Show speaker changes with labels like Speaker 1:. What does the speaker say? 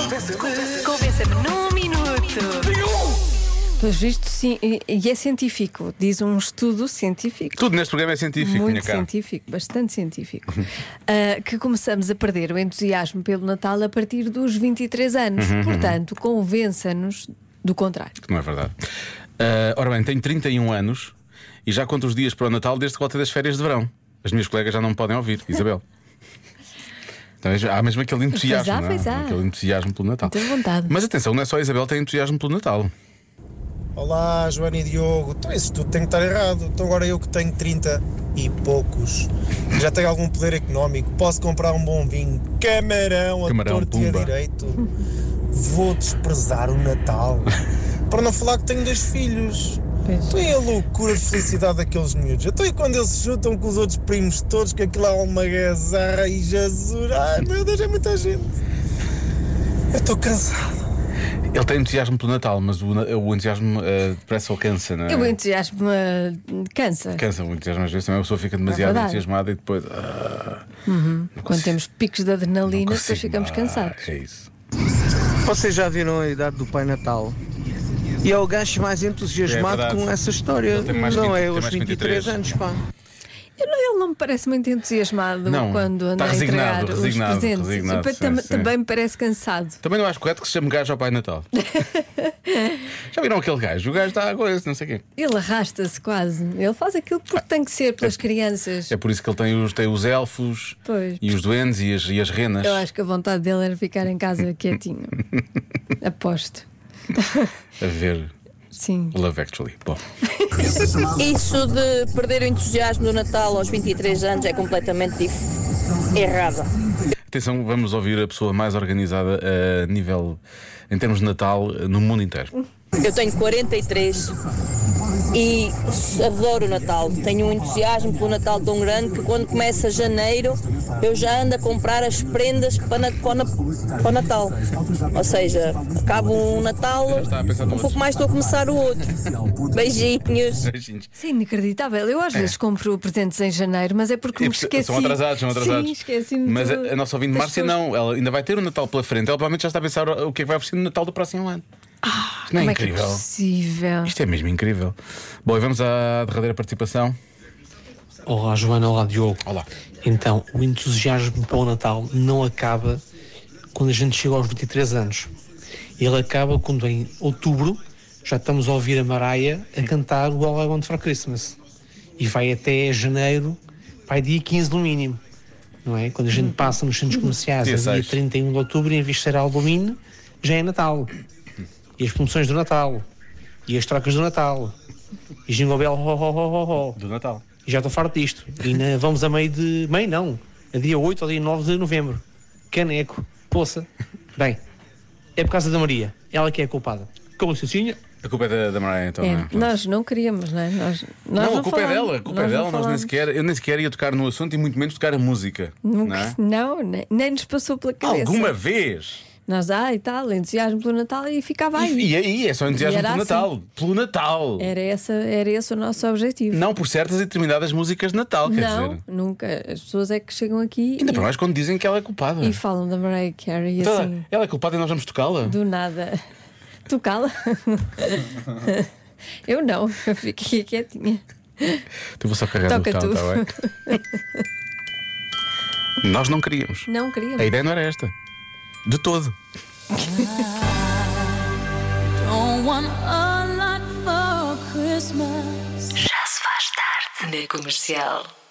Speaker 1: Convença-me.
Speaker 2: Convença-me num minuto.
Speaker 3: Pois isto sim, e e é científico, diz um estudo científico.
Speaker 1: Tudo neste programa é científico, minha
Speaker 3: Muito
Speaker 1: cara.
Speaker 3: científico, bastante científico, ah, que começamos a perder o entusiasmo pelo Natal a partir dos 23 anos. Portanto, convença-nos do contrário.
Speaker 1: Não é verdade. Ah, ora bem, tenho 31 anos e já conto os dias para o Natal desde que voltei das férias de verão. As minhas colegas já não me podem ouvir, Isabel. Então, há mesmo aquele entusiasmo.
Speaker 3: há,
Speaker 1: não é?
Speaker 3: pois há. Então-
Speaker 1: Aquele entusiasmo pelo Natal.
Speaker 3: Tenho vontade.
Speaker 1: Mas atenção, não é só a Isabel que tem entusiasmo pelo Natal.
Speaker 4: Olá, Joana e Diogo. Então, isso tudo tem que estar errado. Então, agora eu que tenho 30 e poucos, já tenho algum poder económico, posso comprar um bom vinho, camarão, a
Speaker 1: Camarão,
Speaker 4: torto e a
Speaker 1: pumba.
Speaker 4: direito. Vou desprezar o Natal. Para não falar que tenho dois filhos. Então, é a loucura de felicidade daqueles miúdos. Então, e quando eles se juntam com os outros primos todos, que aquilo há uma gazarra e Jesus. Ai, meu Deus, é muita gente. Eu estou cansado.
Speaker 1: Ele tem entusiasmo pelo Natal, mas o, na- o entusiasmo ah, depressa alcança, não é?
Speaker 3: Eu o entusiasmo ah, cansa.
Speaker 1: Cansa muito entusiasmo, às vezes também a pessoa fica demasiado
Speaker 3: É verdade.
Speaker 1: entusiasmada e depois. ah, não
Speaker 3: Quando
Speaker 1: consigo-
Speaker 3: temos picos de
Speaker 1: não
Speaker 3: adrenalina, depois
Speaker 1: consigo
Speaker 3: ficamos
Speaker 1: mais.
Speaker 3: cansados.
Speaker 1: É isso.
Speaker 5: Vocês já viram a idade do Pai Natal? E é o gancho mais entusiasmado
Speaker 1: É verdade.
Speaker 5: com essa história.
Speaker 1: Ele tem mais
Speaker 5: Não
Speaker 1: 20,
Speaker 5: é
Speaker 1: tem
Speaker 5: aos
Speaker 1: mais
Speaker 5: 23,
Speaker 1: 23.
Speaker 5: anos, pá.
Speaker 3: Eu não- Ele não me parece muito entusiasmado
Speaker 1: Não,
Speaker 3: quando anda
Speaker 1: está
Speaker 3: a entregar
Speaker 1: resignado,
Speaker 3: os
Speaker 1: resignado,
Speaker 3: presentes.
Speaker 1: resignado,
Speaker 3: Depois
Speaker 1: sim,
Speaker 3: tam-
Speaker 1: sim.
Speaker 3: Também me parece cansado.
Speaker 1: Também não acho correto que se chame gajo ao Pai Natal. Já viram aquele gajo? O gajo está a coisa, não sei o quê.
Speaker 3: Ele arrasta-se quase. Ele faz aquilo porque tem que ser pelas crianças.
Speaker 1: É por isso que ele tem os, tem os elfos
Speaker 3: Pois.
Speaker 1: e os duendes e as, e as renas.
Speaker 3: Eu acho que a vontade dele era ficar em casa quietinho. Aposto.
Speaker 1: A ver
Speaker 3: Sim.
Speaker 1: Love Actually. Bom,
Speaker 6: Isso de perder o entusiasmo do Natal aos 23 anos é completamente dif- errado.
Speaker 1: atenção, vamos ouvir a pessoa mais organizada a nível, em termos de Natal, no mundo
Speaker 3: Uhum.
Speaker 1: inteiro.
Speaker 6: Eu tenho 43 e adoro o Natal. Tenho um entusiasmo pelo Natal tão grande que quando começa janeiro eu já ando a comprar as prendas para, na- para o na- para o Natal. Ou seja, acabo um Natal,
Speaker 1: estava a pensar
Speaker 3: Uhum.
Speaker 1: no
Speaker 6: um
Speaker 1: outro.
Speaker 6: pouco mais estou a começar o outro. Beijinhos.
Speaker 1: Beijinhos.
Speaker 3: Sim, inacreditável. Eu às vezes compro presentes em janeiro, mas é porque
Speaker 1: É
Speaker 3: me
Speaker 1: porque
Speaker 3: esqueci.
Speaker 1: É. São atrasados, são atrasados.
Speaker 3: Sim, esqueci
Speaker 1: Mas a, a nossa ouvinte Márcia
Speaker 3: pessoas.
Speaker 1: não, ela ainda vai ter o Natal pela frente. Ela provavelmente já está a pensar o que é que vai oferecer no Natal do próximo ano. Isto não é
Speaker 3: Como é que é
Speaker 1: incrível.
Speaker 3: possível?
Speaker 1: Isto é mesmo incrível. Bom, e vamos à derradeira participação.
Speaker 7: Olá Joana, olá Diogo.
Speaker 1: Olá.
Speaker 7: Então, o entusiasmo para o Natal não acaba quando a gente chega aos 23 anos. Ele acaba quando em outubro já estamos a ouvir a Maraia a cantar o All I Want for Christmas. E vai até janeiro, vai dia 15 no mínimo. Não é? Quando a gente passa nos centros comerciais a dia
Speaker 1: 16.
Speaker 7: 31 de outubro e em vez de ser Halloween, já é Natal. E as promoções do Natal. E as trocas do Natal. E Jingle Bell, ho, ho, ho, ho, ho.
Speaker 1: Do Natal.
Speaker 7: E já estou farto disto. E ainda vamos a meio de. meio não. A dia 8 ou dia 9 de novembro. Caneco. Poça. Bem, é por causa da Maria. Ela que é a culpada. Com licencinha.
Speaker 1: A culpa é da, da Mariah, então, não é?
Speaker 3: É, nós não queríamos, não é? Nós, nós
Speaker 1: Não,
Speaker 3: não
Speaker 1: a culpa é
Speaker 3: falámos.
Speaker 1: dela, a culpa é
Speaker 3: Nós não
Speaker 1: dela. Nós nem
Speaker 3: falámos.
Speaker 1: sequer, eu nem sequer ia tocar no assunto e muito menos tocar a música. Não
Speaker 3: Nunca,
Speaker 1: é?
Speaker 3: não, nem, nem nos passou pela cabeça.
Speaker 1: Alguma vez!
Speaker 3: Nós, ah, e tal, entusiasmo pelo Natal e ficava aí.
Speaker 1: E, e aí, é só
Speaker 3: E
Speaker 1: entusiasmo
Speaker 3: era
Speaker 1: pelo
Speaker 3: assim.
Speaker 1: Natal. Pelo Natal!
Speaker 3: Era, essa, era esse o nosso objetivo.
Speaker 1: Não por certas e determinadas músicas de Natal, quer
Speaker 3: Não,
Speaker 1: dizer.
Speaker 3: nunca. As pessoas é que chegam aqui
Speaker 1: Ainda
Speaker 3: e-
Speaker 1: para mais quando dizem que ela é culpada.
Speaker 3: e, falam da Mariah Carey
Speaker 1: Então,
Speaker 3: assim,
Speaker 1: Ela é culpada e nós vamos tocá-la?
Speaker 3: do nada. Tu cala? eu não, eu fiquei quietinha.
Speaker 1: Tu vou só carregar
Speaker 3: Toca
Speaker 1: no botão,
Speaker 3: tu.
Speaker 1: tá bem? nós não queríamos.
Speaker 3: Não queria.
Speaker 1: A ideia não era esta. De todo.
Speaker 8: Já se faz tarde na comercial.